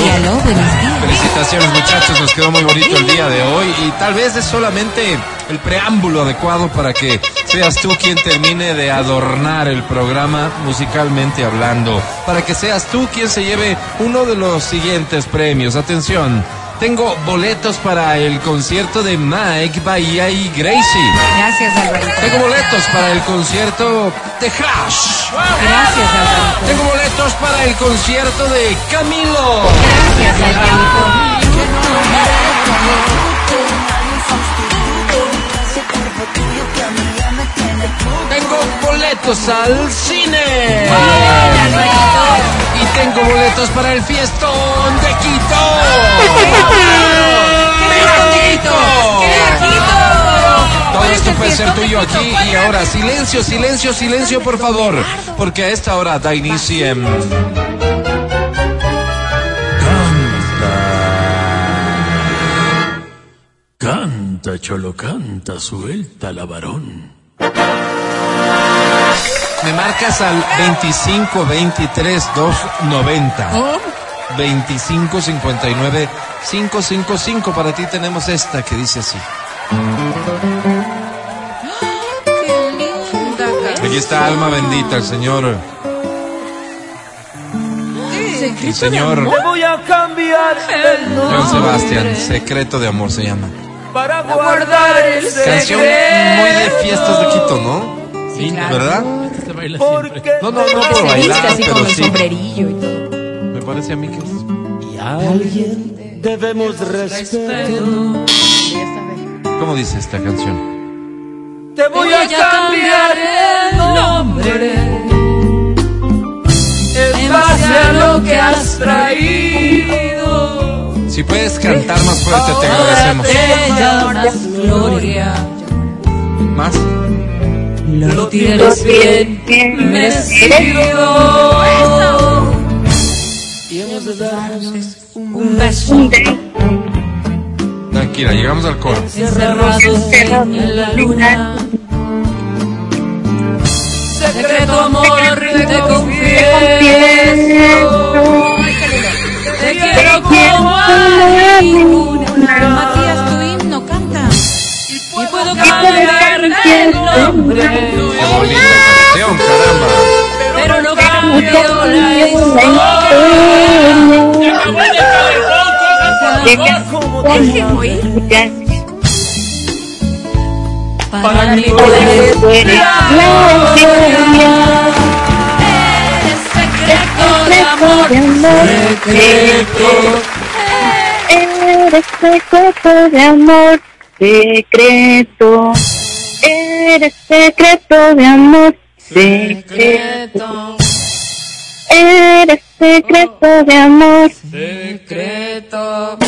buenos días. Felicitaciones muchachos, nos quedó muy bonito el día de hoy y tal vez es solamente el preámbulo adecuado para que seas tú quien termine de adornar el programa musicalmente hablando, para que seas tú quien se lleve uno de los siguientes premios. Atención, tengo boletos para el concierto de Mike Bahía y Gracie. Gracias, Alvarito. Tengo boletos para el concierto de Hash. Gracias, Alvarito. Tengo boletos para el concierto de Camilo. Gracias, Alvarito. Tengo boletos al cine. Y tengo boletos para el fiestón de Quito. ¡Viva Quito! Todo esto puede ser tuyo aquí y ahora. Silencio, silencio, silencio, por favor. Porque a esta hora da inicio. em, Canta, cholo, canta, suelta la varón. Me marcas al 25 23 290. 25 59 555. Para ti tenemos esta que dice así. Qué linda canción. Aquí está alma bendita, el señor. El señor Voy a cambiar el Juan Sebastián, Secreto de Amor se llama. para guardar el Canción muy de fiestas de Quito, ¿no? Sí, claro. ¿Verdad? Se baila siempre. Porque No, no, no Se por viste bailar, así con pero el sí. sombrerillo y todo. Me parece a mí que es. Y alguien debemos respetar. ¿Cómo dice esta canción? Te voy a cambiar el nombre. En base a lo que has traído. Si puedes cantar más fuerte, te Ahora agradecemos. te llamas Gloria. Más. Lo tienes bien merecido. Un beso Tranquila, llegamos al coro. Encerrados en la luna. Secreto amor, te confieso. Te quiero como a ninguna. Matías, tu himno, canta. Y puedo cambiarte el nombre, Qué bonita canción, caramba. pero no cambio la historia. Déjeme ir. Para mí tú eres la gloria. Eres secreto de amor. Secreto. Eres secreto de amor, secreto. Eres secreto de amor, Secreto, secreto. Eres secreto de amor, secreto,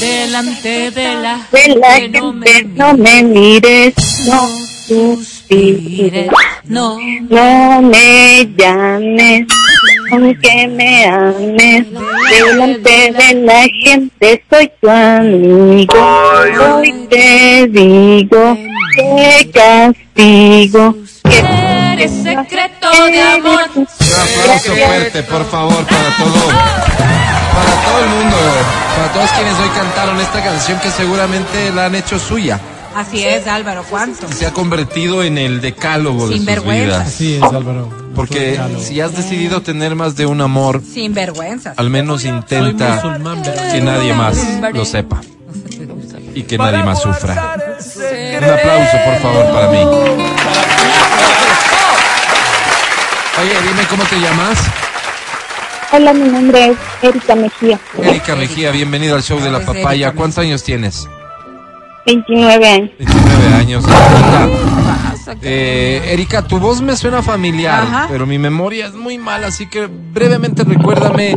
delante de la de la gente no me gente no me mires, no suspires, mires, no no me llames, aunque me ames. Delante de la gente soy tu amigo, hoy te digo que castigo. Que eres secreto de amor, Un aplauso fuerte, por favor, para todo. Para todo el mundo. Para todos quienes hoy cantaron esta canción que seguramente la han hecho suya. Así es, Álvaro, ¿cuánto? Se ha convertido en el decálogo de Sin sus vergüenza. vidas. Sí, es Álvaro. Porque si has decidido tener más de un amor, Sin vergüenzas. al menos intenta que nadie más lo sepa y que nadie más sufra. Un aplauso, por favor, para mí. Oye, dime cómo te llamas. Hola, mi nombre es Erika Mejía, Erika Mejía, bienvenida al show de la Pues, Erika papaya. Mejía. ¿Cuántos años tienes? 29 años. 29 años. Eh, Erika, tu voz me suena familiar, Ajá. pero mi memoria es muy mala, así que brevemente recuérdame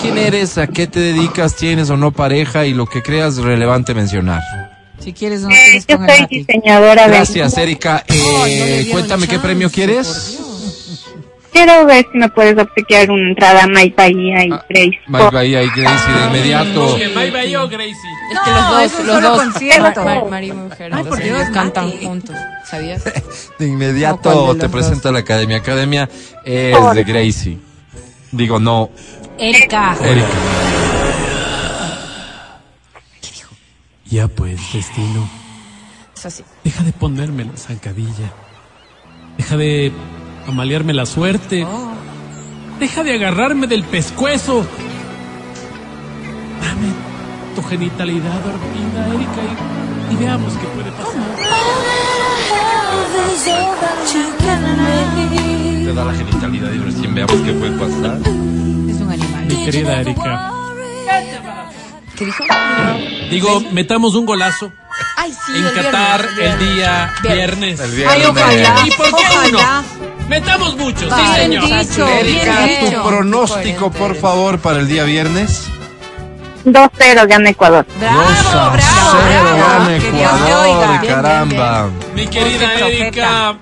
quién eres, a qué te dedicas, tienes o no pareja y lo que creas relevante mencionar. Si quieres, no Eh, pues, quieres yo con el soy lápiz. diseñadora de... Gracias, Erika. Eh, cuéntame qué premio quieres. Quiero ver si me puedes obsequiar una entrada a Mike Bahía y Ah, Grace. Bye bye, ahí Gracie, de inmediato. Bye bye yo, Gracie. Es que los No, es un dos, los solo dos, concierto. ma- ma- marido y mujer, Ay, los por ellos Dios, cantan Mati. juntos, ¿sabías? De No, inmediato ¿cuál de te los presento a la academia. Academia es de Gracie. Digo, no, Erika. Erika. Ya pues, destino. Eso sí. Deja de ponerme la zancadilla. Deja de amalearme la suerte. Deja de agarrarme del pescuezo. Dame tu genitalidad dormida, Erika, y, y veamos qué puede pasar. Te da la genitalidad y recién veamos qué puede pasar. Es un animal. Mi querida Erika. ¿Qué dijo? Digo, metamos un golazo Ay, sí, en el viernes, Qatar el día Viernes. viernes. El viernes. Ay, ojalá. ¿Y por qué uno? Ojalá. Metamos muchos, sí, Vale. señor. Bendito. Dicho, Erika, bien tu hecho. pronóstico, por favor, para el día viernes. 2-0 gana Ecuador. Bravo, Dos a bravo, cero, bravo. gana Que Dios te Ecuador, oiga. caramba. Mi querida Ponte Erika,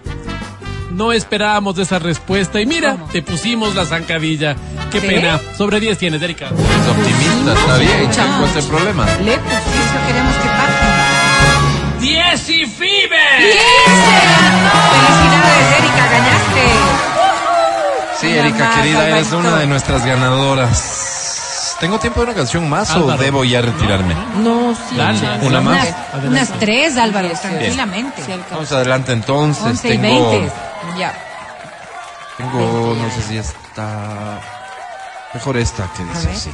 no esperábamos esa respuesta y mira, ¿Cómo? te pusimos la zancadilla. Qué ¿Sí? pena. Sobre 10 tienes, Erika. Es optimista, está bien. ¿Cuál es el problema? Le pusiste, queremos que pase. 10 y FIBE. Felicidades, Erika, ganaste. Sí, Una Erika, más, querida, eres Alvarito. una de nuestras ganadoras. ¿Tengo tiempo de una canción más o Álvaro. debo ya retirarme? No, sí. Dale, chance. una más. Unas, unas tres, Álvaro, tranquilamente. Vamos adelante entonces. Once y tengo, veinte. Ya. tengo, no sé si está mejor esta que dice ver. así.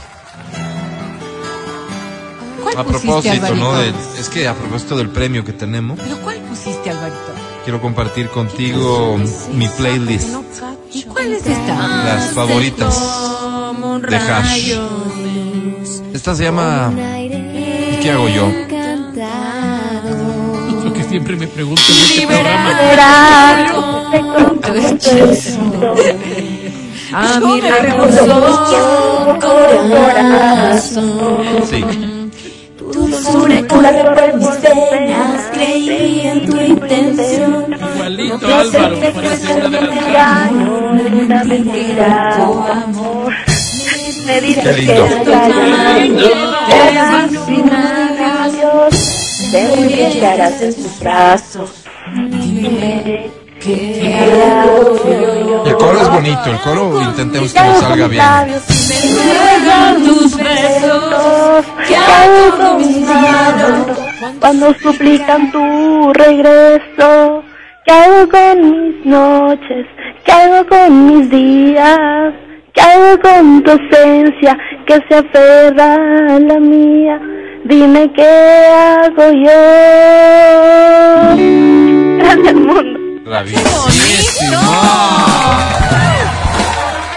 ¿Cuál A pusiste, propósito, Alvarito? ¿no? Del- es que a propósito del premio que tenemos, ¿Pero cuál pusiste, Alvarito? quiero compartir contigo mi playlist, ¿Y cuál es esta? las favoritas de Hash. Esta se llama ¿Y qué hago yo? Lo que siempre me pregunto en este programa. Ah, A mi reposo, corazón. Sí. Tu dulzura corre por mis venas, creí en tu intención. Igualito, No Álvaro. te parece fue una de las mentira, no una mentira, tu amor. Me dirás Qué lindo. que la callarás, eres mi nación. Te humillarás en tus brazos. Dime que hago yo. El coro es bonito, el coro intentemos que nos salga bien. Me ruegan tus besos, que hago con mis manos. Cuando suplican tu regreso, ¿qué hago con mis noches? ¿Qué hago con mis días? ¿Qué hago con tu esencia que se aferra a la mía? Dime qué hago yo. Grande mundo. Bravísimo.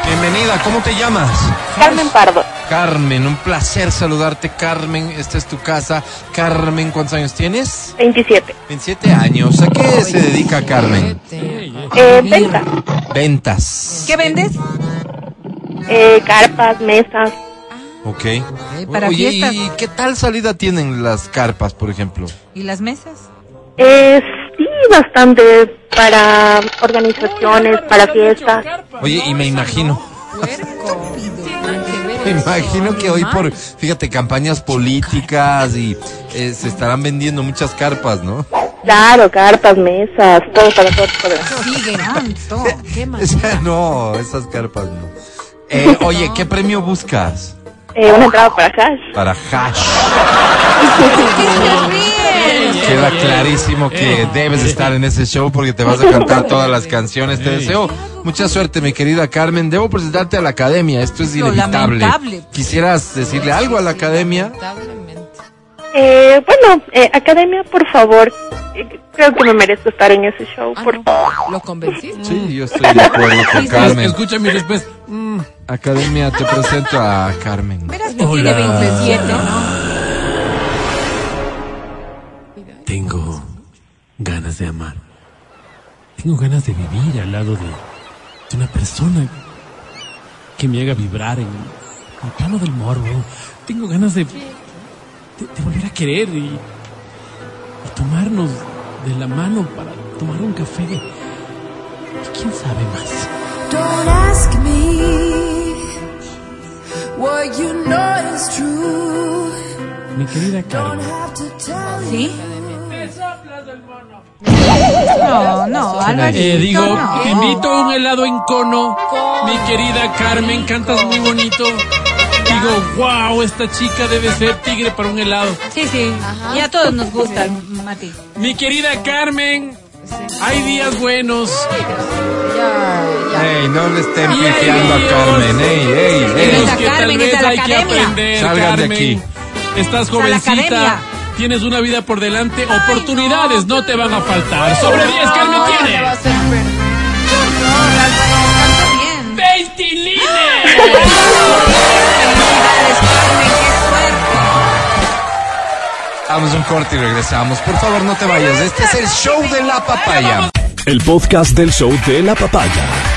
Bienvenida, ¿cómo te llamas? Carmen Pardo, Carmen, un placer saludarte, Carmen. Esta es tu casa. Carmen, ¿cuántos años tienes? 27. 27 años. ¿A qué se dedica Carmen? Eh, venta. Ventas. ¿Qué vendes? Eh, carpas, mesas. Ok. para Oye, fiestas. ¿y qué tal salida tienen las carpas, por ejemplo? ¿Y las mesas? Eh, sí, bastante para organizaciones, para fiestas. Pues Oye, y me imagino, Puerco. me imagino que hoy por, fíjate, campañas políticas y eh, se estarán vendiendo muchas carpas, ¿no? Claro, carpas, mesas, todo para todo. Para... Sigue tanto. Qué O sea, no, esas carpas no. Eh, oye, ¿qué premio buscas? Eh, una entrada para cash. Para hash. bien. Queda clarísimo que debes estar en ese show porque te vas a cantar todas las canciones. Te deseo mucha suerte, mi querida Carmen. Debo presentarte a la academia, esto es Lo inevitable. lamentable. ¿Quisieras decirle algo a la academia? Mm. Eh, bueno, eh, academia, por favor. eh, Creo que me merezco estar en ese show, Ah, por favor. ¿Lo convenciste? Sí, yo estoy de acuerdo con Carmen. Escucha mi respuesta. Academia, te presento a Carmen. Verás que tiene 27, ¿no? Tengo ganas de amar. Tengo ganas de vivir al lado de, de una persona que me haga vibrar en el plano del morbo. Tengo ganas de, de, de volver a querer y, y tomarnos de la mano para tomar un café. Y quién sabe más. Don't ask me what you know is true. Mi querida Don't Carmen, have to tell you. ¿Sí? No, no, Álvaro. eh, digo, no. te invito a un helado en cono. Mi querida Carmen, cantas muy bonito. digo, wow, esta chica debe ser tigre para un helado. Sí, sí. Y a todos nos gustan, Mati. Mi querida Carmen, hay días buenos. Ey, no le estén Y hay pifiando a días Carmen. Ey, ey, en ey. los Esa que tal Carmen, vez esa la hay que academia. aprender, Salgan de Carmen. aquí. Estás sea, la jovencita, academia. tienes una vida por delante, oportunidades no te van a faltar. Sobre 10, Carmen tiene. Bien. ¡Ventilines! Felicidades, Carmen, qué suerte. Damos un corte y regresamos. Por favor, no te vayas. Este es el show de la papaya. El podcast del show de la papaya.